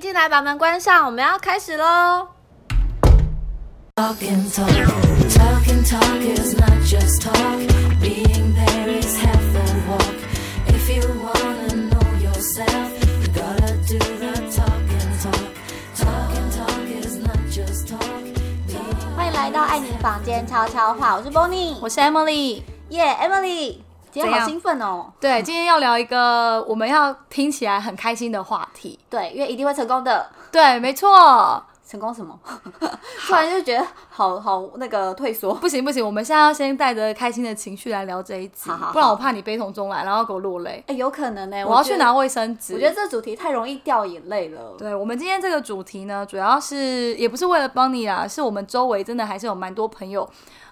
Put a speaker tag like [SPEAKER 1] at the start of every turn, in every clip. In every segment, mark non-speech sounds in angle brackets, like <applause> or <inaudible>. [SPEAKER 1] 进来，把门关上，我们要开始喽。
[SPEAKER 2] Talking, talk, talking, talk is not just talk. Being there is half the walk. If you wanna know yourself, you gotta do the talking, talk. Talking, talk is not just talk. Being
[SPEAKER 1] 欢迎来到爱你房间悄悄话，我是 Bonnie，
[SPEAKER 3] 我是 Emily。
[SPEAKER 1] 耶、Emily，今天
[SPEAKER 3] 怎
[SPEAKER 1] 好
[SPEAKER 3] 样
[SPEAKER 1] 兴奋哦。
[SPEAKER 3] 对，今天要聊一个我们要听起来很开心的话题。
[SPEAKER 1] 对，因为一定会成功的。
[SPEAKER 3] 对，没错。
[SPEAKER 1] 成功 <laughs> 什么？突然就觉得好好那个退缩。
[SPEAKER 3] 不行不行，我们现在要先带着开心的情绪来聊这一集，
[SPEAKER 1] 好好好
[SPEAKER 3] 不然我怕你悲从中来，然后给我落泪。
[SPEAKER 1] 哎、有可能呢、
[SPEAKER 3] 我要去拿
[SPEAKER 1] 我
[SPEAKER 3] 卫生纸。
[SPEAKER 1] 觉得。我觉得这主题太容易掉眼泪了。
[SPEAKER 3] 对我们今天这个主题呢，主要是也不是为了帮你啦，是我们周围真的还是有蛮多朋友，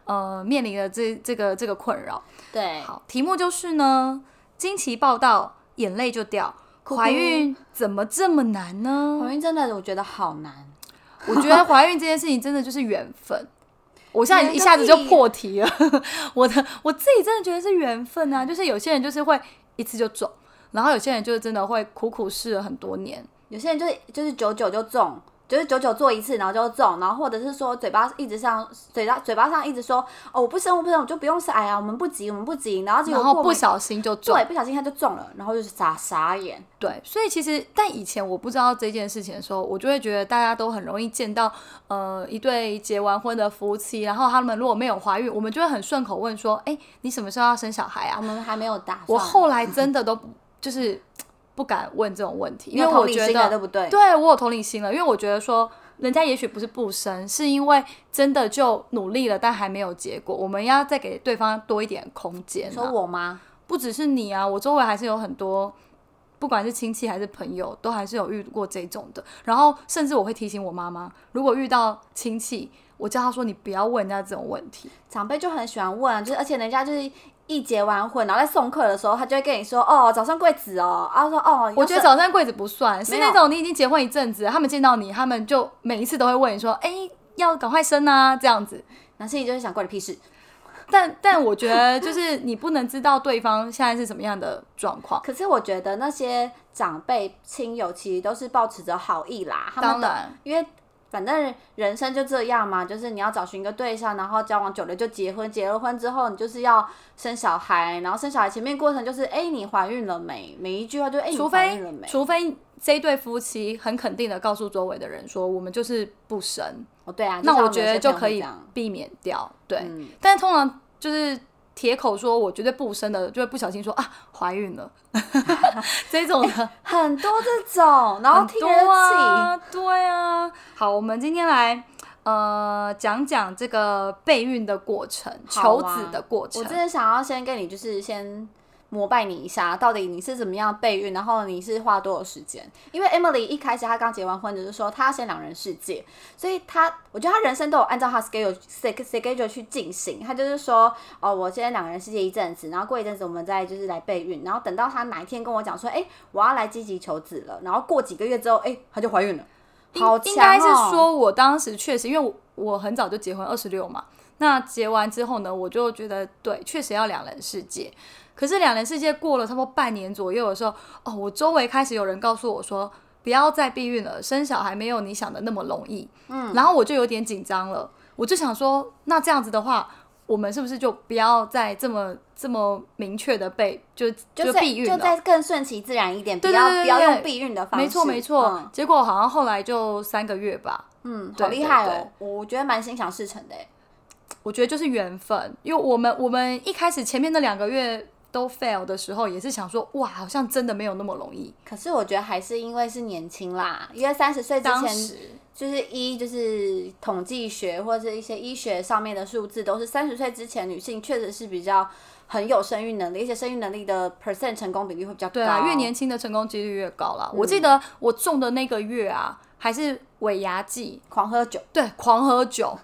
[SPEAKER 3] 呃，面临了这这个这个困扰。
[SPEAKER 1] 对，
[SPEAKER 3] 好，题目就是呢，惊奇报道，眼泪就掉，
[SPEAKER 1] 哭哭
[SPEAKER 3] 怀孕怎么这么难呢？
[SPEAKER 1] 怀孕真的我觉得好难。 <laughs>
[SPEAKER 3] 我觉得怀孕这件事情真的就是缘分。我现在
[SPEAKER 1] 缘
[SPEAKER 3] 一
[SPEAKER 1] 个
[SPEAKER 3] 下子就
[SPEAKER 1] 屁
[SPEAKER 3] 破题了， <laughs> 我的我自己真的觉得是缘分啊，就是有些人就是会一次就中，然后有些人就是真的会苦苦试了很多年。
[SPEAKER 1] 有些人就是就是九九就中，就是九九做一次然后就中，然后或者是说嘴巴一直上嘴巴嘴巴上一直说哦我不生我不生我就不用生，哎呀我们不急我们不急，然后结
[SPEAKER 3] 然
[SPEAKER 1] 果
[SPEAKER 3] 后
[SPEAKER 1] 过
[SPEAKER 3] 不
[SPEAKER 1] 没
[SPEAKER 3] 小心就中
[SPEAKER 1] 对，不小心他就中了，然后就是傻傻眼，
[SPEAKER 3] 对，所以其实，但以前我不知道这件事情的时候，我就会觉得大家都很容易见到，呃，一对结完婚的夫妻，然后他们如果没有怀孕，我们就会很顺口问说，哎，你什么时候要生小孩
[SPEAKER 1] 我
[SPEAKER 3] 啊？
[SPEAKER 1] 们还没有打算。
[SPEAKER 3] 我后来真的都不就是不敢问这种问题，因
[SPEAKER 1] 没
[SPEAKER 3] 为
[SPEAKER 1] 有同
[SPEAKER 3] 我
[SPEAKER 1] 理
[SPEAKER 3] 觉
[SPEAKER 1] 心了，对
[SPEAKER 3] 得，
[SPEAKER 1] 不对？
[SPEAKER 3] 对我有同理心了，因为我觉得说。人家也许不是不生，是因为真的就努力了，但还没有结果。我们要再给对方多一点空间、啊。
[SPEAKER 1] 你说我吗？
[SPEAKER 3] 不只是你啊，我周围还是有很多，不管是亲戚还是朋友，都还是有遇过这种的。然后甚至我会提醒我妈妈，如果遇到亲戚，我叫她说你不要问人家这种问题。
[SPEAKER 1] 长辈就很喜欢问，就是而且人家就是一结完婚，然后在送客的时候，他就会跟你说哦早上贵子哦，然后说哦，
[SPEAKER 3] 我觉得
[SPEAKER 1] 早
[SPEAKER 3] 早餐柜子不算，是
[SPEAKER 1] 没有
[SPEAKER 3] 那种你已经结婚一阵子，他们见到你，他们就每一次都会问你说，哎、要赶快生啊，这样子。
[SPEAKER 1] 男生就是想关你屁事。
[SPEAKER 3] 但但我觉得就是你不能知道对方现在是什么样的状况。
[SPEAKER 1] 可是我觉得那些长辈亲友其实都是抱持着好意啦， <laughs> 他们
[SPEAKER 3] 当
[SPEAKER 1] 的
[SPEAKER 3] 然，
[SPEAKER 1] 因为反正人生就这样嘛，就是你要找寻一个对象，然后交往久了就结婚，结了婚之后你就是要生小孩，然后生小孩前面过程就是哎、你怀孕了没？每一句话就是哎、
[SPEAKER 3] 除
[SPEAKER 1] 你怀孕
[SPEAKER 3] 非
[SPEAKER 1] 了没？
[SPEAKER 3] 除非这一对夫妻很肯定的告诉周围的人说，我们就是不生，
[SPEAKER 1] 哦对啊，
[SPEAKER 3] 那
[SPEAKER 1] 就像
[SPEAKER 3] 我
[SPEAKER 1] 们
[SPEAKER 3] 觉
[SPEAKER 1] 有
[SPEAKER 3] 得
[SPEAKER 1] 些
[SPEAKER 3] 就
[SPEAKER 1] 朋友
[SPEAKER 3] 可
[SPEAKER 1] 会
[SPEAKER 3] 以
[SPEAKER 1] 这样
[SPEAKER 3] 避免掉。对，
[SPEAKER 1] 嗯
[SPEAKER 3] 但通常就是铁口说我绝对不生的，就会不小心说啊怀孕了， <laughs> 这种的
[SPEAKER 1] 很多这种，然后哎
[SPEAKER 3] 很
[SPEAKER 1] 听
[SPEAKER 3] 多
[SPEAKER 1] 人气、
[SPEAKER 3] 啊，对啊。好，我们今天来呃讲讲这个备孕的过程，
[SPEAKER 1] 好
[SPEAKER 3] 求
[SPEAKER 1] 啊
[SPEAKER 3] 子的过程
[SPEAKER 1] 我。真的想要先跟你，就是先膜拜你一下，到底你是怎么样备孕，然后你是花多少时间？因为 Emily 一开始她刚结完婚，就是说她要先两人世界，所以她我觉得她人生都有按照她 schedule schedule 去进行。她就是说，哦，我先两人世界一阵子，然后过一阵子我们再就是来备孕，然后等到她哪一天跟我讲说，哎、我要来积极求子了，然后过几个月之后，哎、她就怀孕了。
[SPEAKER 3] 应
[SPEAKER 1] 好
[SPEAKER 3] 应
[SPEAKER 1] 强
[SPEAKER 3] 该是
[SPEAKER 1] 哦
[SPEAKER 3] 说，我当时确实，因为我我很早就结婚，二十六嘛。那结完之后呢，我就觉得对，确实要两人世界。可是两人世界过了差不多半年左右的时候，哦，我周围开始有人告诉我说，不要再避孕了，生小孩没有你想的那么容易。嗯，然后我就有点紧张了，我就想说，那这样子的话，我们是不是就不要再这么这么明确的被就
[SPEAKER 1] 就
[SPEAKER 3] 就是避孕
[SPEAKER 1] 就
[SPEAKER 3] 了？
[SPEAKER 1] 再更顺其自然一点，不
[SPEAKER 3] 对
[SPEAKER 1] 要
[SPEAKER 3] 对对
[SPEAKER 1] 不要
[SPEAKER 3] 对
[SPEAKER 1] 用避孕的方式。
[SPEAKER 3] 没错没错，
[SPEAKER 1] 嗯
[SPEAKER 3] 结果好像后来就三个月吧，
[SPEAKER 1] 嗯，
[SPEAKER 3] 对
[SPEAKER 1] 好厉害
[SPEAKER 3] 对
[SPEAKER 1] 哦！我觉得蛮心想事成的欸。
[SPEAKER 3] 我觉得就是缘分，因为我们我们一开始前面那两个月都 fail 的时候，也是想说，哇，好像真的没有那么容易。
[SPEAKER 1] 可是我觉得还是因为是年轻啦，因为三十岁之
[SPEAKER 3] 当
[SPEAKER 1] 前
[SPEAKER 3] 时
[SPEAKER 1] 就是一就是统计学或者一些医学上面的数字，都是三十岁之前女性确实是比较很有生育能力，而且生育能力的 percent 成功比例会比较高。嗯
[SPEAKER 3] 对啊，越年轻的成功几率越高啦。我记得我中的那个月啊，还是尾牙季，
[SPEAKER 1] 狂喝酒，
[SPEAKER 3] 对，狂喝酒，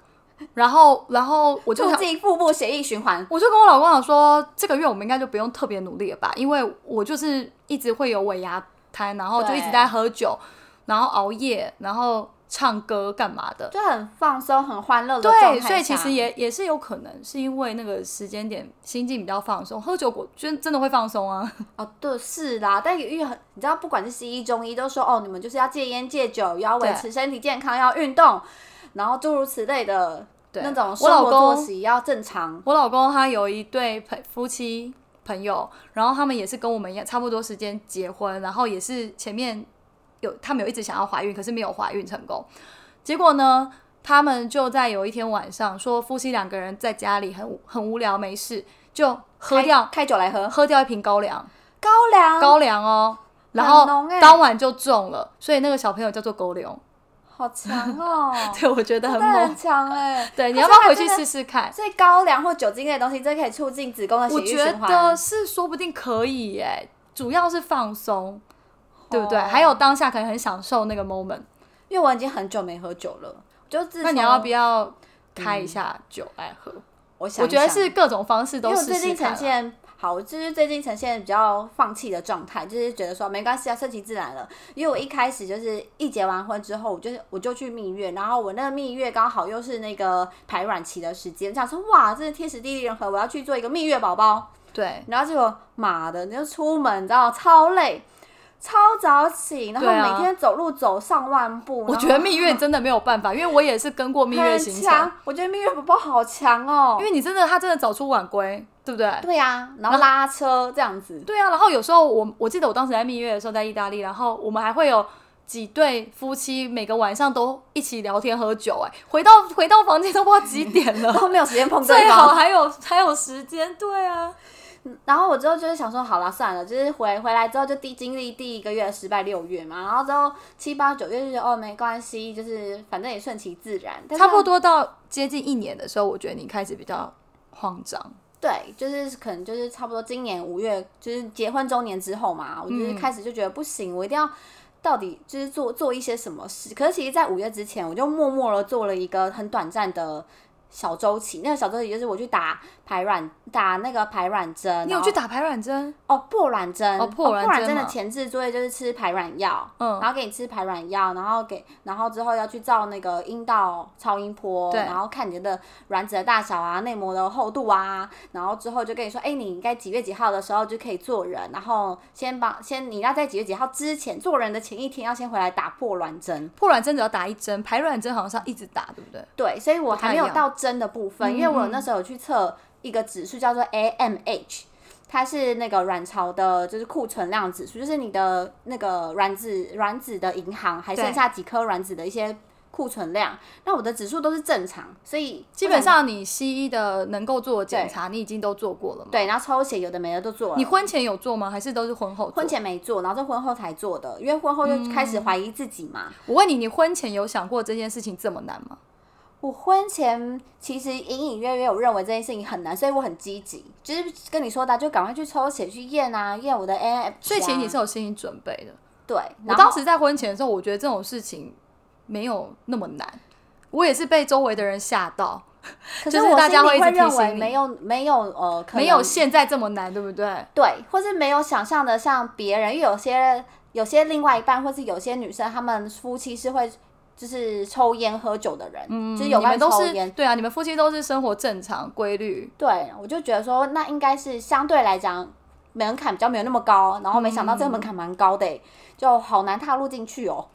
[SPEAKER 3] 然后然后我就
[SPEAKER 1] 促
[SPEAKER 3] 想。
[SPEAKER 1] 进腹部血液循环。
[SPEAKER 3] 我就跟我老公讲说，这个月我们应该就不用特别努力了吧，因为我就是一直会有尾牙摊，然后就一直在喝酒，然后熬夜，然后唱歌干嘛的。
[SPEAKER 1] 就很放松、很欢乐的状态
[SPEAKER 3] 对，
[SPEAKER 1] 下
[SPEAKER 3] 所以其实也也是有可能是因为那个时间点心境比较放松，喝酒果真真的会放
[SPEAKER 1] <laughs>
[SPEAKER 3] 松啊。
[SPEAKER 1] 哦，对，是啦，但也因为很，你知道，不管是西医、中医，都说哦，你们就是要戒烟、戒酒，要维
[SPEAKER 3] 对
[SPEAKER 1] 持身体健康，要运动，然后诸如此类的
[SPEAKER 3] 对
[SPEAKER 1] 那种
[SPEAKER 3] 我
[SPEAKER 1] 生
[SPEAKER 3] 老
[SPEAKER 1] 活作
[SPEAKER 3] 公
[SPEAKER 1] 息要正常。
[SPEAKER 3] 我老公他有一对朋夫妻朋友，然后他们也是跟我们一样差不多时间结婚，然后也是前面有他们有一直想要怀孕，可是没有怀孕成功。结果呢，他们就在有一天晚上说，夫妻两个人在家里很无很无聊，没事就喝
[SPEAKER 1] 开
[SPEAKER 3] 掉
[SPEAKER 1] 开酒来喝，
[SPEAKER 3] 喝掉一瓶高粱，
[SPEAKER 1] 高粱，
[SPEAKER 3] 高粱哦，然
[SPEAKER 1] 很
[SPEAKER 3] 后
[SPEAKER 1] 浓欸
[SPEAKER 3] 当晚就中了，所以那个小朋友叫做
[SPEAKER 1] <laughs>
[SPEAKER 3] 狗粮。
[SPEAKER 1] 好强
[SPEAKER 3] <laughs>
[SPEAKER 1] 哦，
[SPEAKER 3] 对，我觉得很
[SPEAKER 1] 真的很
[SPEAKER 3] 猛。
[SPEAKER 1] 强哎、
[SPEAKER 3] 对，你
[SPEAKER 1] 可
[SPEAKER 3] 要
[SPEAKER 1] 是
[SPEAKER 3] 不要
[SPEAKER 1] 它
[SPEAKER 3] 回去
[SPEAKER 1] 真的
[SPEAKER 3] 试试看？
[SPEAKER 1] 所以高粱或酒精类的东西，这可以促进子宫的血
[SPEAKER 3] 我
[SPEAKER 1] 液
[SPEAKER 3] 觉
[SPEAKER 1] 循环。
[SPEAKER 3] 得是说不定可以耶、主要是放松，对不对？
[SPEAKER 1] 哦
[SPEAKER 3] 还有当下可能很享受那个 moment。
[SPEAKER 1] 因为我已经很久没喝酒了，就自
[SPEAKER 3] 那你要不
[SPEAKER 1] 要？
[SPEAKER 3] 要开一下酒来喝？
[SPEAKER 1] 我想
[SPEAKER 3] 我
[SPEAKER 1] 一
[SPEAKER 3] 觉得
[SPEAKER 1] 想
[SPEAKER 3] 是各种方式
[SPEAKER 1] 嗯因
[SPEAKER 3] 都
[SPEAKER 1] 为我
[SPEAKER 3] 试
[SPEAKER 1] 最
[SPEAKER 3] 试
[SPEAKER 1] 近呈
[SPEAKER 3] 看啦。
[SPEAKER 1] 现好，我就是最近呈现比较放弃的状态，就是觉得说没关系啊，顺其自然了。因为我一开始就是一结完婚之后，我就是我就去蜜月，然后我那个蜜月刚好又是那个排卵期的时间，我想说哇，真的天时地利人和，我要去做一个蜜月宝宝。
[SPEAKER 3] 对，
[SPEAKER 1] 然后结果妈的，你就出门，你知道超累。超早起，然后
[SPEAKER 3] 对啊
[SPEAKER 1] 每天走路走上万步。
[SPEAKER 3] 我
[SPEAKER 1] 然
[SPEAKER 3] 觉
[SPEAKER 1] 后
[SPEAKER 3] 得蜜月真的没有办法，因为我也是跟过蜜月行
[SPEAKER 1] 很
[SPEAKER 3] 程
[SPEAKER 1] 强，，我觉得蜜月宝宝好强哦。
[SPEAKER 3] 因为啊你真的他真的早出晚归，对不对？
[SPEAKER 1] 对呀、然后拉车这样子。
[SPEAKER 3] 对啊，然后有时候我我记得我当时在蜜月的时候在意大利，然后我们还会有几对夫妻每个晚上都一起聊天喝酒、哎，回到回到房间都不知道几点
[SPEAKER 1] <laughs> 然
[SPEAKER 3] 了，
[SPEAKER 1] 后没有时间碰对
[SPEAKER 3] 最好
[SPEAKER 1] 方。
[SPEAKER 3] 还有还有时间，对啊，
[SPEAKER 1] 然后我之后就是想说，好了，算了，就是回回来之后就第经历第一个月的失败，六月嘛，然后之后七八九月就觉得哦没关系，就是反正也顺其自然，但是
[SPEAKER 3] 差不多到接近一年的时候，我觉得你开始比较慌张，
[SPEAKER 1] 对，就是可能就是差不多今年五月，就是结婚周年之后嘛，我
[SPEAKER 3] 嗯
[SPEAKER 1] 就是开始就觉得不行，我一定要到底就是做做一些什么事。可是其实，在五月之前，我就默默的做了一个很短暂的小周期，那个小周期就是我去打排卵，打那个排卵针，
[SPEAKER 3] 你有
[SPEAKER 1] 嗯然
[SPEAKER 3] 去
[SPEAKER 1] 后
[SPEAKER 3] 打排卵针？
[SPEAKER 1] 哦，破卵针
[SPEAKER 3] 哦破卵针
[SPEAKER 1] 针的
[SPEAKER 3] 嘛
[SPEAKER 1] 前置作业就是吃排卵药，
[SPEAKER 3] 嗯
[SPEAKER 1] 然后给你吃排卵药，然后给，然后之后要去照那个阴道超音波，
[SPEAKER 3] 对
[SPEAKER 1] 然后看你的卵子的大小啊、内膜的厚度啊，然后之后就跟你说，哎，你应该几月几号的时候就可以做人，然后先把先你要在几月几号之前做人的前一天要先回来打破卵针。
[SPEAKER 3] 破卵针只要打一针，排卵针好像是要一直打，对不对？
[SPEAKER 1] 对，所以我
[SPEAKER 3] 不太
[SPEAKER 1] 还没有
[SPEAKER 3] 一样
[SPEAKER 1] 到针的部分，因为我有
[SPEAKER 3] 嗯
[SPEAKER 1] 那时候有去测一个指数叫做 AMH，它是那个卵巢的，就是库存量指数，就是你的那个卵子卵子的银行还
[SPEAKER 3] 对
[SPEAKER 1] 剩下几颗卵子的一些库存量。那我的指数都是正常，所以
[SPEAKER 3] 基本上你西医的能够做的检查，你已经都做过了嘛？
[SPEAKER 1] 对，然后抽血有的没的都做了。
[SPEAKER 3] 你婚前有做吗？还是都是婚后做？
[SPEAKER 1] 婚前没做，然后是婚后才做的，因为婚后就开
[SPEAKER 3] 嗯
[SPEAKER 1] 始怀疑自己嘛。
[SPEAKER 3] 我问你，你婚前有想过这件事情这么难吗？
[SPEAKER 1] 我婚前其实隐隐约约有认为这件事情很难，所以我很积极，就是跟你说的啊，就赶快去抽血去验啊，验我的 N F、啊。
[SPEAKER 3] 所以其实你是有心理准备的。
[SPEAKER 1] 对，
[SPEAKER 3] 我
[SPEAKER 1] 然
[SPEAKER 3] 当
[SPEAKER 1] 后
[SPEAKER 3] 时在婚前的时候，我觉得这种事情没有那么难，我也是被周围的人吓到，
[SPEAKER 1] 可
[SPEAKER 3] 就是
[SPEAKER 1] 我
[SPEAKER 3] 大家
[SPEAKER 1] 心里
[SPEAKER 3] 会
[SPEAKER 1] 会
[SPEAKER 3] 一直提
[SPEAKER 1] 认
[SPEAKER 3] 醒
[SPEAKER 1] 为
[SPEAKER 3] 你
[SPEAKER 1] 没有没有呃，可
[SPEAKER 3] 没有
[SPEAKER 1] 能
[SPEAKER 3] 现在这么难，对不对？
[SPEAKER 1] 对，或是没有想象的像别人，因为有些有些另外一半，或是有些女生，她们夫妻是会就是抽烟喝酒的人，就是有
[SPEAKER 3] 嗯你
[SPEAKER 1] 关
[SPEAKER 3] 们都
[SPEAKER 1] 抽
[SPEAKER 3] 是
[SPEAKER 1] 烟。
[SPEAKER 3] 对啊，你们夫妻都是生活正常规律，
[SPEAKER 1] 对，我就觉得说，那应该是相对来讲门槛比较没有那么高，然后没想到这个门槛蛮高的欸、就好难踏入进去哦。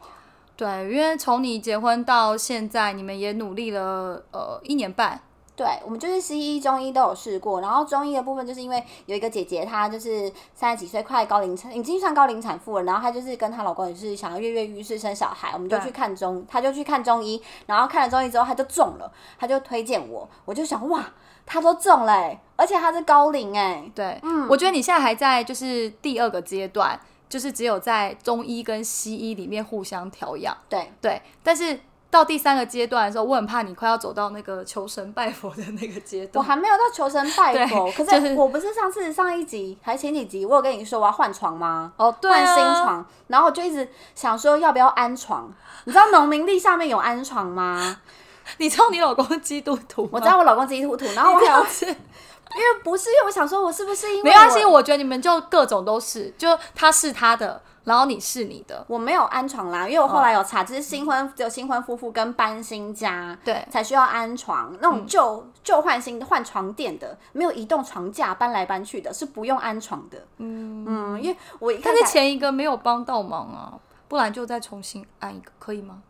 [SPEAKER 3] 对，因为从你结婚到现在，你们也努力了呃一年半，
[SPEAKER 1] 对，我们就是西医、中医都有试过，然后中医的部分就是因为有一个姐姐，她就是三十几岁，快高龄产，已经算高龄产妇了，然后她就是跟她老公也是想要跃跃欲试生小孩，我们就
[SPEAKER 3] 对
[SPEAKER 1] 去看中，她就去看中医，然后看了中医之后，她就中了，她就推荐我，我就想哇，她都中了、欸，而且她是高龄哎、
[SPEAKER 3] 对，我觉得你现在还在就是第二个阶段，就是只有在中医跟西医里面互相调养。
[SPEAKER 1] 对，
[SPEAKER 3] 对，但是到第三个阶段的时候，我很怕你快要走到那个求神拜佛的那个阶
[SPEAKER 1] 我
[SPEAKER 3] 段。
[SPEAKER 1] 还没有到求神拜佛，
[SPEAKER 3] 对
[SPEAKER 1] 可
[SPEAKER 3] 就是
[SPEAKER 1] 是我不是上次上一集还前几集我有跟你说我要换床吗？
[SPEAKER 3] 哦，对、
[SPEAKER 1] 换
[SPEAKER 3] 啊，
[SPEAKER 1] 新，床，然后我就一直想说要不要安床？你知道农民历上面有安床吗？
[SPEAKER 3] <laughs> 你知道你老公基督徒吗？
[SPEAKER 1] 我知道我老公基督徒，然后我还有
[SPEAKER 3] 是
[SPEAKER 1] <laughs> 因为不是，因为我想说，我是不是因为
[SPEAKER 3] 没关系，
[SPEAKER 1] 我
[SPEAKER 3] 我觉得你们就各种都是，就他是他的，然后你是你的，
[SPEAKER 1] 我没有安床啦，
[SPEAKER 3] 哦
[SPEAKER 1] 因为我后来有查，就是新婚只有新婚夫妇跟搬新家
[SPEAKER 3] 对嗯
[SPEAKER 1] 才需要安床，那种旧、旧换新换床垫的，没有移动床架搬来搬去的，是不用安床的。嗯嗯，因为我一
[SPEAKER 3] 但
[SPEAKER 1] 看
[SPEAKER 3] 是
[SPEAKER 1] 起来
[SPEAKER 3] 前一个没有帮到忙啊，不然就再重新按一个，可以吗？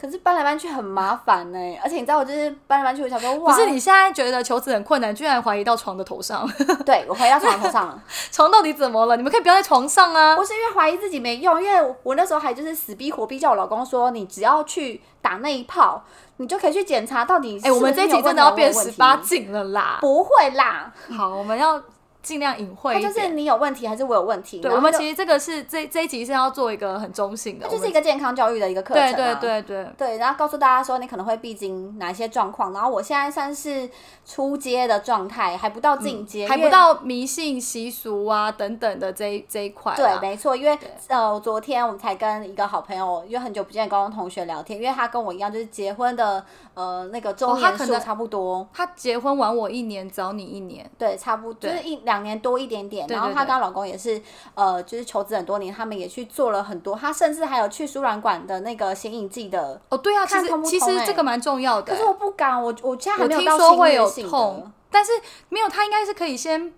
[SPEAKER 1] 可是搬来搬去很麻烦呢、而且你知道，我就是搬来搬去，我想说，
[SPEAKER 3] 不
[SPEAKER 1] 哇，
[SPEAKER 3] 是你现在觉得求子很困难，居然怀疑到床的头上， <laughs>
[SPEAKER 1] 对我回到床头上了。
[SPEAKER 3] 床到底怎么了？你们可以不要在床上啊
[SPEAKER 1] 我。是因为怀疑自己没用，因为我那时候还就是死逼活逼叫我老公说，你只要去打那一炮，你就可以去检查到底是
[SPEAKER 3] 哎、我们这一集真的要变十八
[SPEAKER 1] 禁？
[SPEAKER 3] 禁了啦！
[SPEAKER 1] 不会啦，
[SPEAKER 3] 好，我们要尽量隐晦
[SPEAKER 1] 他
[SPEAKER 3] 一
[SPEAKER 1] 就
[SPEAKER 3] 点。
[SPEAKER 1] 是你有问题还是我有问题？
[SPEAKER 3] 对，
[SPEAKER 1] 然后
[SPEAKER 3] 我们
[SPEAKER 1] 就
[SPEAKER 3] 其实这个是这这一集是要做一个很中性的，
[SPEAKER 1] 它就
[SPEAKER 3] 我
[SPEAKER 1] 是
[SPEAKER 3] 们
[SPEAKER 1] 一个健康教育的一个课程、
[SPEAKER 3] 对
[SPEAKER 1] 啊，
[SPEAKER 3] 对对对，
[SPEAKER 1] 对，然后告诉大家说你可能会历经哪一些状况，然后我现在算是初阶的状态，还不到进阶，
[SPEAKER 3] 嗯还
[SPEAKER 1] 因
[SPEAKER 3] 不
[SPEAKER 1] 为
[SPEAKER 3] 到迷信习俗啊等等的这一这一块啦。
[SPEAKER 1] 对，没错，因为呃，我昨天我们才跟一个好朋友，因为很久不见的高中同学聊天，因为他跟我一样，就是结婚的呃那个周
[SPEAKER 3] 哦他
[SPEAKER 1] 年
[SPEAKER 3] 可
[SPEAKER 1] 数
[SPEAKER 3] 能
[SPEAKER 1] 差不多，
[SPEAKER 3] 他结婚晚我一年，早你一年。
[SPEAKER 1] 对，差不多就
[SPEAKER 3] 对
[SPEAKER 1] 是一两年多一点点。
[SPEAKER 3] 对
[SPEAKER 1] 然后
[SPEAKER 3] 对
[SPEAKER 1] 她
[SPEAKER 3] 对
[SPEAKER 1] 跟她老公也是呃，就是求职很多年，他们也去做了很多，她甚至还有去输卵管的那个显影剂的。
[SPEAKER 3] 哦，对啊，其
[SPEAKER 1] 看
[SPEAKER 3] 实
[SPEAKER 1] 通不
[SPEAKER 3] 其
[SPEAKER 1] 通
[SPEAKER 3] 实
[SPEAKER 1] 欸
[SPEAKER 3] 这个蛮重要的
[SPEAKER 1] 可
[SPEAKER 3] 欸、
[SPEAKER 1] 是我不敢，我我现在还
[SPEAKER 3] 我
[SPEAKER 1] 没有
[SPEAKER 3] 听
[SPEAKER 1] 到
[SPEAKER 3] 说
[SPEAKER 1] 侵
[SPEAKER 3] 会
[SPEAKER 1] 略
[SPEAKER 3] 有
[SPEAKER 1] 性的
[SPEAKER 3] 痛，但是没有，他应该是可以先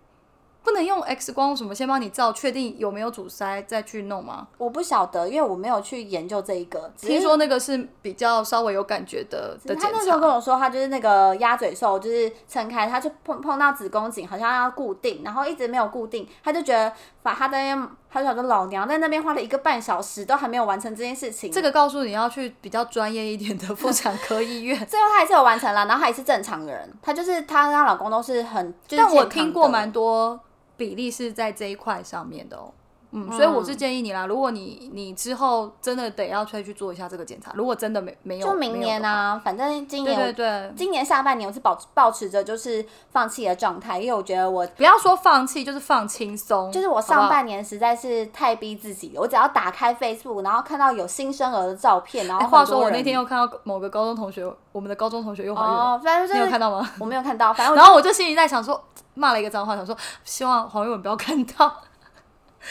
[SPEAKER 3] 不能用 X 光什么，先帮你照，确定有没有阻塞再去弄吗？
[SPEAKER 1] 我不晓得，因为我没有去研究这一个。只是
[SPEAKER 3] 听说那个是比较稍微有感觉的的
[SPEAKER 1] 他
[SPEAKER 3] 检
[SPEAKER 1] 那时候跟
[SPEAKER 3] 查。
[SPEAKER 1] 我说，他就是那个鸭嘴兽，就是撑开，他就碰碰到子宫颈，好像要固定，然后一直没有固定，他就觉得把他在那边，他就想说老娘在那边花了一个半小时，都还没有完成这件事情。。
[SPEAKER 3] 这个告诉你要去比较专业一点的妇产科医院
[SPEAKER 1] 最后她还是有完成了，然后她也是正常人，她就是她跟她老公都是很，就是、
[SPEAKER 3] 但我听过蛮，多比例是在这一块上面的哦。嗯，所以我是建议你啦，如果你你之后真的得要再去做一下这个检查，如果真的没没有，
[SPEAKER 1] 就明年
[SPEAKER 3] 啊，
[SPEAKER 1] 啊，反正今
[SPEAKER 3] 对
[SPEAKER 1] 年
[SPEAKER 3] 对对，
[SPEAKER 1] 今年下半年我是保保持着就是放弃的状态，因为我觉得我
[SPEAKER 3] 不要说放弃，就是放轻松，
[SPEAKER 1] 就是我
[SPEAKER 3] 好哎
[SPEAKER 1] 上
[SPEAKER 3] 不好
[SPEAKER 1] 半年实在是太逼自己了，我只要打开 Facebook，然后看到有新生儿的照片，然后
[SPEAKER 3] 哎，
[SPEAKER 1] 很多
[SPEAKER 3] 话说我
[SPEAKER 1] 人
[SPEAKER 3] 那天又看到某个高中同学，我们的高中同学又怀孕了，
[SPEAKER 1] 哦，反正就
[SPEAKER 3] 你
[SPEAKER 1] 是哦
[SPEAKER 3] 有看到吗？
[SPEAKER 1] 我没有看到，反正我
[SPEAKER 3] 然后我就心里在想说，骂了一个脏话，想说希望黄玉文不要看到， <laughs>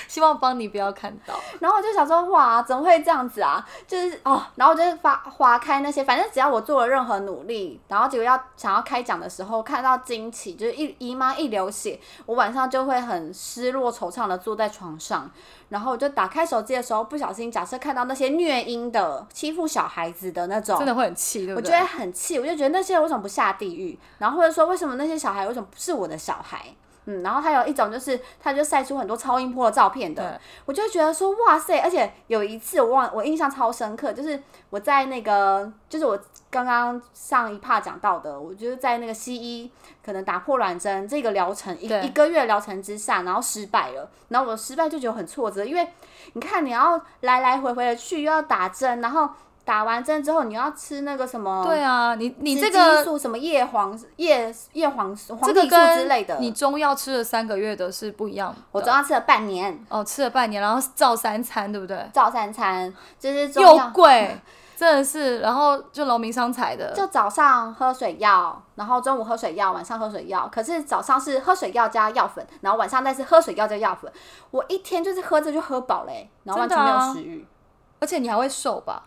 [SPEAKER 3] 希望邦尼不要看到。
[SPEAKER 1] 然后我就想说，哇，怎么会这样子啊？就是哦，然后我就是发划开那些，反正只要我做了任何努力，然后结果要想要开奖的时候，看到惊奇，就是一姨妈一流血，我晚上就会很失落惆怅的坐在床上，然后我就打开手机的时候，不小心假设看到那些虐婴的、欺负小孩子的那种，
[SPEAKER 3] 真的会很气，对
[SPEAKER 1] 我
[SPEAKER 3] 不
[SPEAKER 1] 就
[SPEAKER 3] 对
[SPEAKER 1] 会？很气，我就觉得那些人为什么不下地狱？然后或者说为什么那些小孩为什么不是我的小孩？嗯，然后还有一种就是，他就晒出很多超音波的照片的
[SPEAKER 3] 对，
[SPEAKER 1] 我就会觉得说哇塞！而且有一次我忘，我印象超深刻，就是我在那个，就是我刚刚上一趴讲到的，我就是在那个西医可能打破卵针这个疗程一
[SPEAKER 3] 对
[SPEAKER 1] 一个月疗程之下，然后失败了，然后我失败就觉得很挫折，因为你看你要来来回回的去，又要打针，然后打完针之后你要吃那个什么，
[SPEAKER 3] 对啊，你你
[SPEAKER 1] 雌
[SPEAKER 3] 这
[SPEAKER 1] 激
[SPEAKER 3] 个
[SPEAKER 1] 素什么叶黄叶叶黄素、黄
[SPEAKER 3] 这
[SPEAKER 1] 体
[SPEAKER 3] 个
[SPEAKER 1] 素之类的
[SPEAKER 3] 跟，你中药吃了三个月的是不一样的。
[SPEAKER 1] 我中药吃了半年，
[SPEAKER 3] 哦，吃了半年，然后照三餐，对不对？
[SPEAKER 1] 照三餐，就是中
[SPEAKER 3] 又
[SPEAKER 1] 药。
[SPEAKER 3] 贵，真的是，然后就劳民伤财的，
[SPEAKER 1] 就早上喝水药，然后中午喝水药，晚上喝水药。可是早上是喝水药加药粉，然后晚上再是喝水药加药粉。我一天就是喝着就喝饱嘞、然后完全没
[SPEAKER 3] 啊
[SPEAKER 1] 有食欲。
[SPEAKER 3] 而且你还会瘦吧？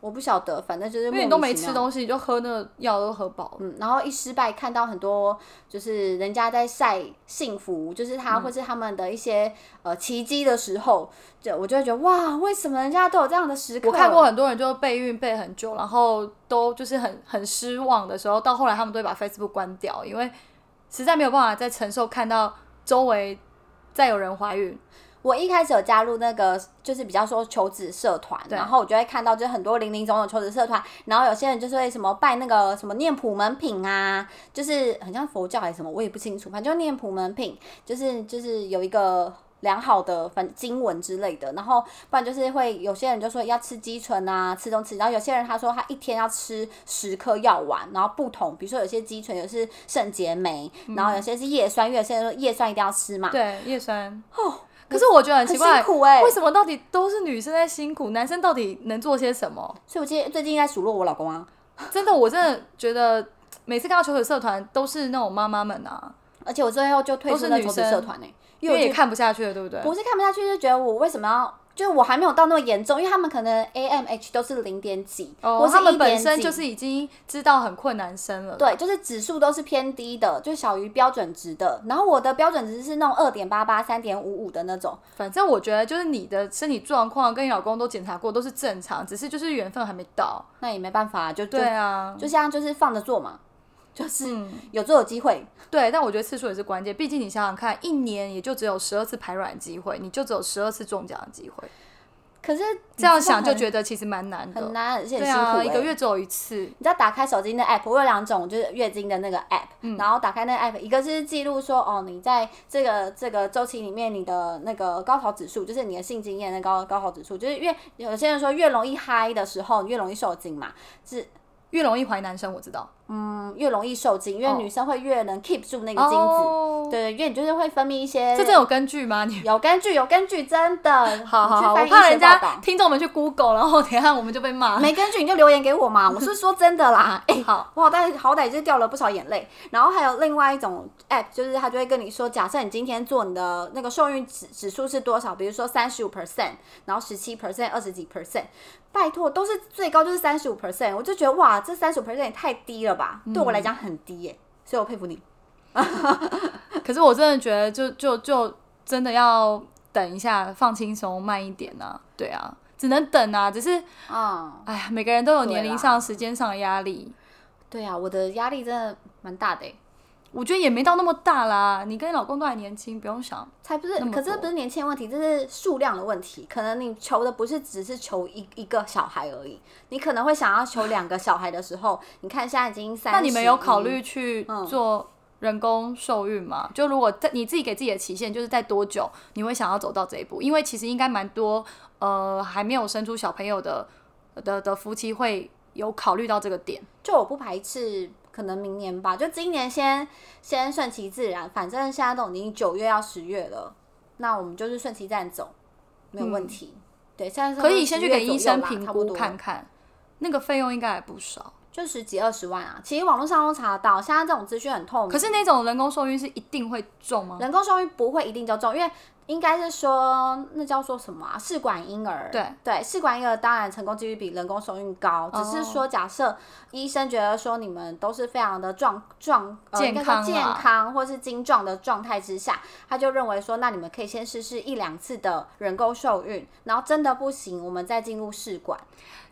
[SPEAKER 1] 我不晓得，反正就是
[SPEAKER 3] 因为你都没
[SPEAKER 1] 莫名其
[SPEAKER 3] 吃
[SPEAKER 1] 妙
[SPEAKER 3] 东西，你就喝那个药都喝饱了。
[SPEAKER 1] 嗯，然后一失败，看到很多就是人家在晒幸福，就是他
[SPEAKER 3] 嗯
[SPEAKER 1] 或是他们的一些、呃奇迹的时候，就我就会觉得哇，为什么人家都有这样的时刻？
[SPEAKER 3] 我看过很多人就备孕备很久，然后都就是很很失望的时候，到后来他们都会把 Facebook 关掉，因为实在没有办法再承受看到周围再有人怀孕。
[SPEAKER 1] 我一开始有加入那个就是比较说求职社团，
[SPEAKER 3] 对
[SPEAKER 1] 然后我就会看到就是很多零零总总求职社团，然后有些人就是会什么拜那个什么念普门品啊，就是很像佛教还是什么，我也不清楚，反正就念普门品，就是就是有一个。良好的反经文之类的，然后不然就是会有些人就说要吃鸡唇啊，吃东西，然后有些人他说他一天要吃十颗药丸，然后不同，比如说有些鸡唇，有些是肾结酶，然后有些是叶酸，因为有些人说叶酸一定要吃嘛，
[SPEAKER 3] 对，叶酸。可是我觉得很奇怪，
[SPEAKER 1] 啊哦很辛苦欸
[SPEAKER 3] 为什么到底都是女生在辛苦，男生到底能做些什么？
[SPEAKER 1] 所以我今天最近在数落我老公啊，
[SPEAKER 3] 真的，我真的觉得每次看到求学社团都是那种妈妈们啊，
[SPEAKER 1] 而且我最后就退出
[SPEAKER 3] 都是
[SPEAKER 1] 那
[SPEAKER 3] 女
[SPEAKER 1] 求职
[SPEAKER 3] 生
[SPEAKER 1] 社团呢、因
[SPEAKER 3] 因
[SPEAKER 1] 为我
[SPEAKER 3] 为
[SPEAKER 1] 觉
[SPEAKER 3] 也
[SPEAKER 1] 得
[SPEAKER 3] 看不下去了，对不对？
[SPEAKER 1] 不是看不下去，就觉得我为什么要？就是我还没有到那么严重，因为他们可能 AMH 都是零点几，
[SPEAKER 3] 哦
[SPEAKER 1] 或，是
[SPEAKER 3] 他们
[SPEAKER 1] 1.几
[SPEAKER 3] 本身就是已经知道很困难生了，
[SPEAKER 1] 对，就是指数都是偏低的，就小于标准值的。然后我的标准值是那种二点八八、三点五五的那种。
[SPEAKER 3] 反正我觉得就是你的身体状况跟你老公都检查过，都是正常，只是就是缘分还没到。
[SPEAKER 1] 那也没办法，就就
[SPEAKER 3] 对啊，
[SPEAKER 1] 就像就是放着做嘛，就是
[SPEAKER 3] 嗯，
[SPEAKER 1] 有做有机会。
[SPEAKER 3] 对，但我觉得次数也是关键，毕竟你想想看，一年也就只有十二次排卵的机会，你就只有十二次中奖的机会，
[SPEAKER 1] 可是
[SPEAKER 3] 这样想就
[SPEAKER 1] 得
[SPEAKER 3] 觉得其实蛮难的，
[SPEAKER 1] 很难，而且很
[SPEAKER 3] 对
[SPEAKER 1] 辛苦、
[SPEAKER 3] 啊，
[SPEAKER 1] 欸
[SPEAKER 3] 一个月只有一次，
[SPEAKER 1] 你知道打开手机那 app，我有两种，就是月经的那个 app，、然后打开那个 app，一个是记录说哦，你在这个这个周期里面你的那个高潮指数，就是你的性经验的高高潮指数，就是越有些人说越容易嗨的时候，你越容易受精嘛，是
[SPEAKER 3] 越容易怀男生，我知道，
[SPEAKER 1] 嗯越容易受精，因为
[SPEAKER 3] 哦
[SPEAKER 1] 女生会越能 keep 住那个精子，
[SPEAKER 3] 哦，
[SPEAKER 1] 对，因为你就是会分泌一些，
[SPEAKER 3] 这真有根据吗？你
[SPEAKER 1] 有根据有根据，真的，
[SPEAKER 3] <laughs> 好好好，
[SPEAKER 1] 你
[SPEAKER 3] 我
[SPEAKER 1] 去翻
[SPEAKER 3] 怕
[SPEAKER 1] 医学
[SPEAKER 3] 人
[SPEAKER 1] 报
[SPEAKER 3] 家
[SPEAKER 1] 道。
[SPEAKER 3] 听众们去 Google，然后等一下我们就被骂。
[SPEAKER 1] 没根据你就留言给我嘛，我是说真的 <laughs> 啦。哎、
[SPEAKER 3] <laughs> 好，
[SPEAKER 1] 我好歹好歹就是掉了不少眼泪。然后还有另外一种 app，就是它就会跟你说，假设你今天做你的那个受孕指指数是多少，比如说三十五 percent，然后十七 percent、二十几 percent，拜托都是最高就是三十五 percent，我就觉得哇，这三十五 percent 也太低了吧，对我来讲很低耶、所以我佩服你。
[SPEAKER 3] 可是我真的觉得就，就就真的要等一下，放轻松，慢一点啊。对啊，只能等啊。只是，
[SPEAKER 1] 啊、
[SPEAKER 3] 哎呀，每个人都有年
[SPEAKER 1] 对啦
[SPEAKER 3] 龄上、时间上的压力，
[SPEAKER 1] 对啊，我的压力真的蛮大的耶、
[SPEAKER 3] 我觉得也没到那么大啦。你跟你老公都还年轻，不用想。
[SPEAKER 1] 才不是
[SPEAKER 3] 那，么
[SPEAKER 1] 可是
[SPEAKER 3] 多
[SPEAKER 1] 不是年轻的问题，这是数量的问题。可能你求的不是只是求一一个小孩而已，你可能会想要求两个小孩的时候，你看现在已经三，
[SPEAKER 3] 那你们有考虑？去
[SPEAKER 1] 嗯
[SPEAKER 3] 做人工受孕吗？就如果在你自己给自己的期限，就是在多久你会想要走到这一步？因为其实应该蛮多呃还没有生出小朋友的的的夫妻会有考虑到这个点。
[SPEAKER 1] 就我不排斥，可能明年吧，就今年先先顺其自然，反正现在都已经九月要十月了，那我们就是顺其自然走，没有问题。对，现在是
[SPEAKER 3] 嗯可以先去给医
[SPEAKER 1] 10月
[SPEAKER 3] 生
[SPEAKER 1] 左右啦
[SPEAKER 3] 评
[SPEAKER 1] 差不
[SPEAKER 3] 估
[SPEAKER 1] 多
[SPEAKER 3] 看看，那个费用应该也不少。
[SPEAKER 1] 就十几二十万啊。其实网络上都查得到，现在这种资讯很透明。
[SPEAKER 3] 可是那种人工受孕是一定会中吗？
[SPEAKER 1] 人工受孕不会一定就中，因为应该是说那叫做什么啊？试管婴儿。
[SPEAKER 3] 对
[SPEAKER 1] 对，试管婴儿当然成功几率比人工受孕高，只
[SPEAKER 3] 哦
[SPEAKER 1] 是说假设医生觉得说你们都是非常的壮壮、呃、
[SPEAKER 3] 健
[SPEAKER 1] 应该说
[SPEAKER 3] 康啊啦
[SPEAKER 1] 健康或是精壮的状态之下，他就认为说那你们可以先试试一两次的人工受孕，然后真的不行，我们再进入试管。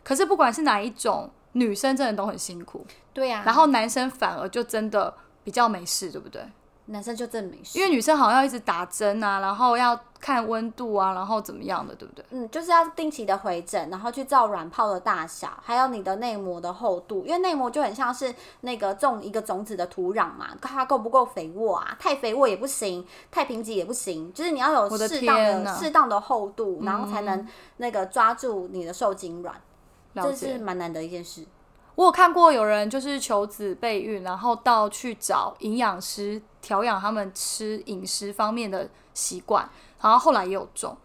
[SPEAKER 3] 可是不管是哪一种，女生真的都很辛苦，
[SPEAKER 1] 对呀、
[SPEAKER 3] 然后男生反而就真的比较没事，对不对？
[SPEAKER 1] 男生就证明是
[SPEAKER 3] 因为女生好像要一直打针啊，然后要看温度啊，然后怎么样的，对不对？
[SPEAKER 1] 嗯，就是要定期的回诊，然后去照卵泡的大小，还有你的内膜的厚度，因为内膜就很像是那个种一个种子的土壤嘛，看它够不够肥沃啊？太肥沃也不行，太贫瘠也不行，就是你要有
[SPEAKER 3] 我的
[SPEAKER 1] 适当
[SPEAKER 3] 天
[SPEAKER 1] 的
[SPEAKER 3] 哪
[SPEAKER 1] 适当的厚度，然后才能那个抓住你的受精卵，
[SPEAKER 3] 了
[SPEAKER 1] 这是
[SPEAKER 3] 解。
[SPEAKER 1] 蛮难的一件事。
[SPEAKER 3] 我有看过有人就是求子备孕，然后到去找营养师调养他们吃饮食方面的习惯，然后后来也有中。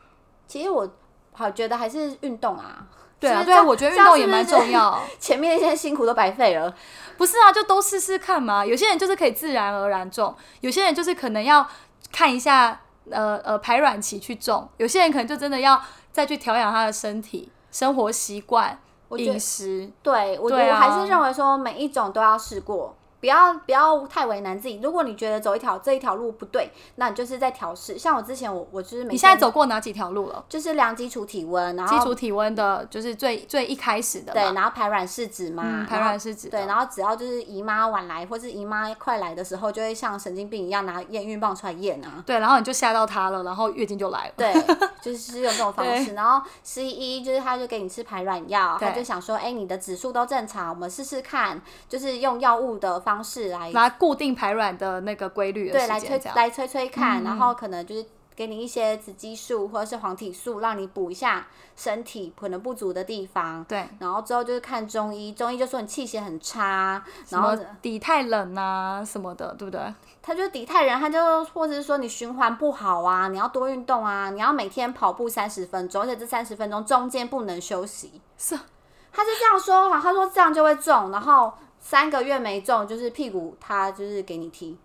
[SPEAKER 1] 其实我好觉得还是运动啊，
[SPEAKER 3] 对
[SPEAKER 1] 是
[SPEAKER 3] 啊，
[SPEAKER 1] 不是
[SPEAKER 3] 对啊，
[SPEAKER 1] 这样
[SPEAKER 3] 我觉得
[SPEAKER 1] 这
[SPEAKER 3] 运
[SPEAKER 1] 样
[SPEAKER 3] 动
[SPEAKER 1] 是
[SPEAKER 3] 也
[SPEAKER 1] 不是
[SPEAKER 3] 蛮
[SPEAKER 1] <laughs>
[SPEAKER 3] 重要。
[SPEAKER 1] 前面那些辛苦都白费了。
[SPEAKER 3] 不是啊，就都试试看嘛。有些人就是可以自然而然中，有些人就是可能要看一下呃呃排卵期去中，有些人可能就真的要再去调养他的身体、生活习惯、
[SPEAKER 1] 我觉得
[SPEAKER 3] 饮食。
[SPEAKER 1] 对，我觉
[SPEAKER 3] 对
[SPEAKER 1] 得我
[SPEAKER 3] 啊
[SPEAKER 1] 还是认为说每一种都要试过，不要不要太为难自己。如果你觉得走一条这一条路不对，那你就是在调试。像我之前我我就是每
[SPEAKER 3] 你现在
[SPEAKER 1] 天
[SPEAKER 3] 走过哪几条路了？
[SPEAKER 1] 就是量基础体温，然
[SPEAKER 3] 基
[SPEAKER 1] 后
[SPEAKER 3] 础体温的，就是最最一开始的
[SPEAKER 1] 对，
[SPEAKER 3] 嘛，
[SPEAKER 1] 然后排卵试纸嘛，
[SPEAKER 3] 嗯，
[SPEAKER 1] 然
[SPEAKER 3] 排
[SPEAKER 1] 后
[SPEAKER 3] 卵是指的
[SPEAKER 1] 对，然后只要就是姨妈晚来或是姨妈快来的时候，就会像神经病一样拿验孕棒出来验啊。
[SPEAKER 3] 对，然后你就吓到他了，然后月经就来了。 <laughs>
[SPEAKER 1] 对，就是用这种方式。然后十一就是他就给你吃排卵药，他
[SPEAKER 3] 对
[SPEAKER 1] 就想说，哎、你的指数都正常，我们试试看，就是用药物的方式来
[SPEAKER 3] 来固定排卵的那个规律的
[SPEAKER 1] 对，
[SPEAKER 3] 时
[SPEAKER 1] 来
[SPEAKER 3] 间，
[SPEAKER 1] 吹
[SPEAKER 3] 这样嗯
[SPEAKER 1] 来吹吹看，然后可能就是给你一些雌激素或者是黄体素，让你补一下身体可能不足的地方。
[SPEAKER 3] 对，
[SPEAKER 1] 然后之后就是看中医，中医就说你气血很差，
[SPEAKER 3] 什
[SPEAKER 1] 然后
[SPEAKER 3] 么底太冷啊什么的，对不对？
[SPEAKER 1] 他就底泰人，他就或者是说你循环不好啊，你要多运动啊，你要每天跑步三十分钟，而且这三十分钟中间不能休息。
[SPEAKER 3] <laughs> 是啊
[SPEAKER 1] 他就这样说，然后他说这样就会中，然后三个月没中，就是屁股他就是给你踢，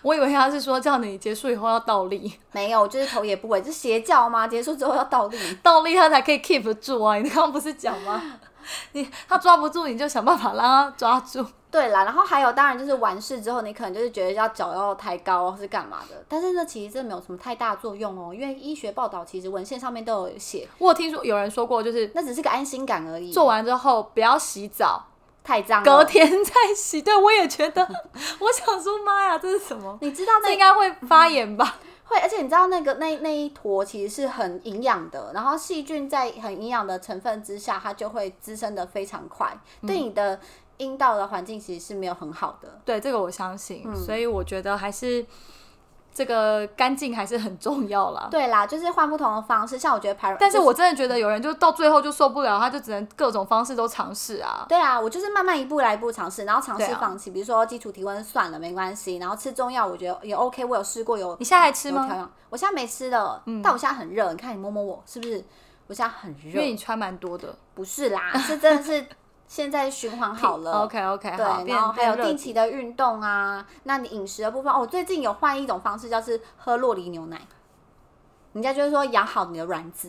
[SPEAKER 3] 我以为他是说叫你结束以后要倒立， <laughs>
[SPEAKER 1] 没有，就是头也不回，这邪教吗？结束之后要倒立，
[SPEAKER 3] 倒立他才可以 keep 住啊！你刚刚不是讲吗？ <laughs> 你他抓不住，你就想办法让他抓住。
[SPEAKER 1] 对啦，然后还有，当然就是完事之后，你可能就是觉得要脚要抬高或是干嘛的，但是那其实这没有什么太大作用哦，因为医学报道其实文献上面都有写，
[SPEAKER 3] 我有听说有人说过，就是
[SPEAKER 1] 那只是个安心感而已。
[SPEAKER 3] 做完之后不要洗澡，
[SPEAKER 1] 太脏了，
[SPEAKER 3] 隔天再洗。对，我也觉得， <laughs> 我想说妈呀，这是什么？
[SPEAKER 1] 你知道
[SPEAKER 3] 这
[SPEAKER 1] 那
[SPEAKER 3] 应该会发炎吧？ <laughs>
[SPEAKER 1] 会，而且你知道那个那那一坨其实是很营养的，然后细菌在很营养的成分之下，它就会滋生的非常快，
[SPEAKER 3] 嗯
[SPEAKER 1] 对你的阴道的环境其实是没有很好的。
[SPEAKER 3] 对，这个我相信，
[SPEAKER 1] 嗯
[SPEAKER 3] 所以我觉得还是这个干净还是很重要啦。
[SPEAKER 1] 对啦，就是换不同的方式，像我觉得排卵，
[SPEAKER 3] 但是
[SPEAKER 1] 就
[SPEAKER 3] 我真的觉得有人就到最后就受不了，他就只能各种方式都尝试啊。
[SPEAKER 1] 对啊，我就是慢慢一步来一步尝试，然后尝
[SPEAKER 3] 对
[SPEAKER 1] 试
[SPEAKER 3] 啊
[SPEAKER 1] 放弃，比如说基础体温算了没关系，然后吃中药我觉得也 OK，我有试过有
[SPEAKER 3] 你现在还吃
[SPEAKER 1] 有调
[SPEAKER 3] 吗？嗯
[SPEAKER 1] 养，我现在没吃了，但我现在很热，你看你摸摸我是不是？我现在很
[SPEAKER 3] 因为你
[SPEAKER 1] 热，
[SPEAKER 3] 穿蛮多的。
[SPEAKER 1] 不是啦，是真的是现在循环好了。
[SPEAKER 3] <laughs> OK OK，好，
[SPEAKER 1] 对，
[SPEAKER 3] 变
[SPEAKER 1] 然后还
[SPEAKER 3] 变
[SPEAKER 1] 有
[SPEAKER 3] 热
[SPEAKER 1] 定期的运动啊，那你饮食的部分，哦，我最近有换一种方式，叫是喝洛梨牛奶。人家就是说养好你的卵子，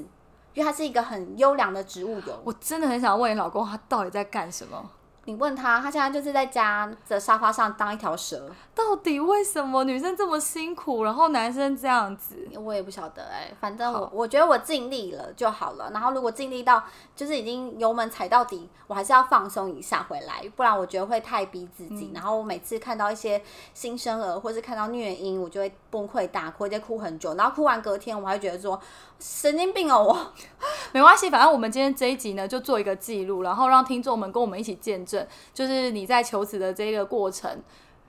[SPEAKER 1] 因为它是一个很优良的植物油。
[SPEAKER 3] 我真的很想问你老公，他到底在干什么？
[SPEAKER 1] 你问他，他现在就是在家的沙发上当一条蛇，
[SPEAKER 3] 到底为什么女生这么辛苦，然后男生这样子？
[SPEAKER 1] 我也不晓得哎、反正我
[SPEAKER 3] 好
[SPEAKER 1] 我觉得我尽力了就好了。然后如果尽力到就是已经油门踩到底，我还是要放松一下回来，不然我觉得会太逼自己。然后我每次看到一些新生儿或是看到虐婴，我就会崩溃大哭，就哭很久。然后哭完隔天，我还会觉得说神经病哦我。 <laughs>
[SPEAKER 3] 没关系，反正我们今天这一集呢，就做一个记录，然后让听众们跟我们一起见证，就是你在求子的这个过程，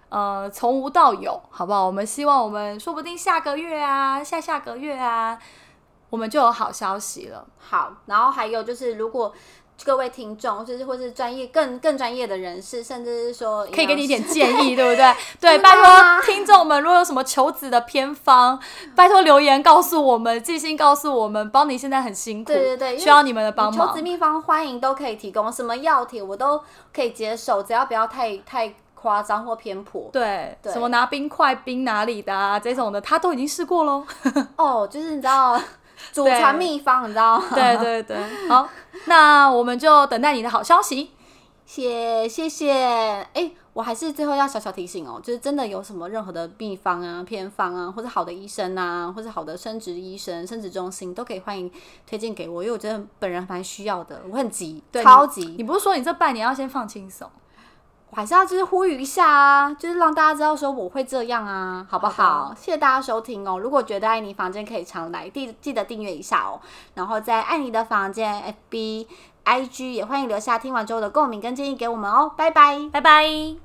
[SPEAKER 3] 呃，从无到有，好不好？我们希望我们说不定下个月啊，下下个月啊，我们就有好消息了。
[SPEAKER 1] 好，然后还有就是如果。各位听众，就是或是专业更更专业的人士，甚至是说
[SPEAKER 3] 可以给你一
[SPEAKER 1] 营养师
[SPEAKER 3] 点建议，
[SPEAKER 1] <laughs>
[SPEAKER 3] 对不对？对，
[SPEAKER 1] 真的
[SPEAKER 3] 拜
[SPEAKER 1] 吗
[SPEAKER 3] 托听众们，如果有什么求子的偏方，拜托留言告诉我们，寄信告诉我们，帮你现在很辛苦，
[SPEAKER 1] 对对对因为
[SPEAKER 3] 需要你们的帮
[SPEAKER 1] 求
[SPEAKER 3] 忙
[SPEAKER 1] 子。秘方欢迎都可以提供，什么药帖我都可以接受，只要不要太太夸张或偏颇。
[SPEAKER 3] 对，
[SPEAKER 1] 对
[SPEAKER 3] 什么拿冰块冰哪里的啊，这种的他都已经试过喽。
[SPEAKER 1] 哦，就是你知
[SPEAKER 3] <laughs>
[SPEAKER 1] 道祖传秘方，你知道吗？
[SPEAKER 3] 对对对，好，那我们就等待你的好消息。
[SPEAKER 1] <laughs> 谢谢谢。哎，我还是最后要小小提醒哦，就是真的有什么任何的秘方啊、偏方啊，或者好的医生啊，或者好的生殖医生、生殖中心都可以欢迎推荐给我，因为我觉得本人蛮需要的，我很急，
[SPEAKER 3] 对
[SPEAKER 1] 超
[SPEAKER 3] 你
[SPEAKER 1] 级。
[SPEAKER 3] 不是说你这半年要先放轻松？
[SPEAKER 1] 我还是要就是呼吁一下啊，就是让大家知道说我会这样啊，好不好？
[SPEAKER 3] 好的
[SPEAKER 1] 谢谢大家收听哦。如果觉得爱你房间可以常来，记记得订阅一下哦。然后在爱你的房间 FB、IG 也欢迎留下听完之后的共鸣跟建议给我们哦。拜拜。
[SPEAKER 3] 拜拜。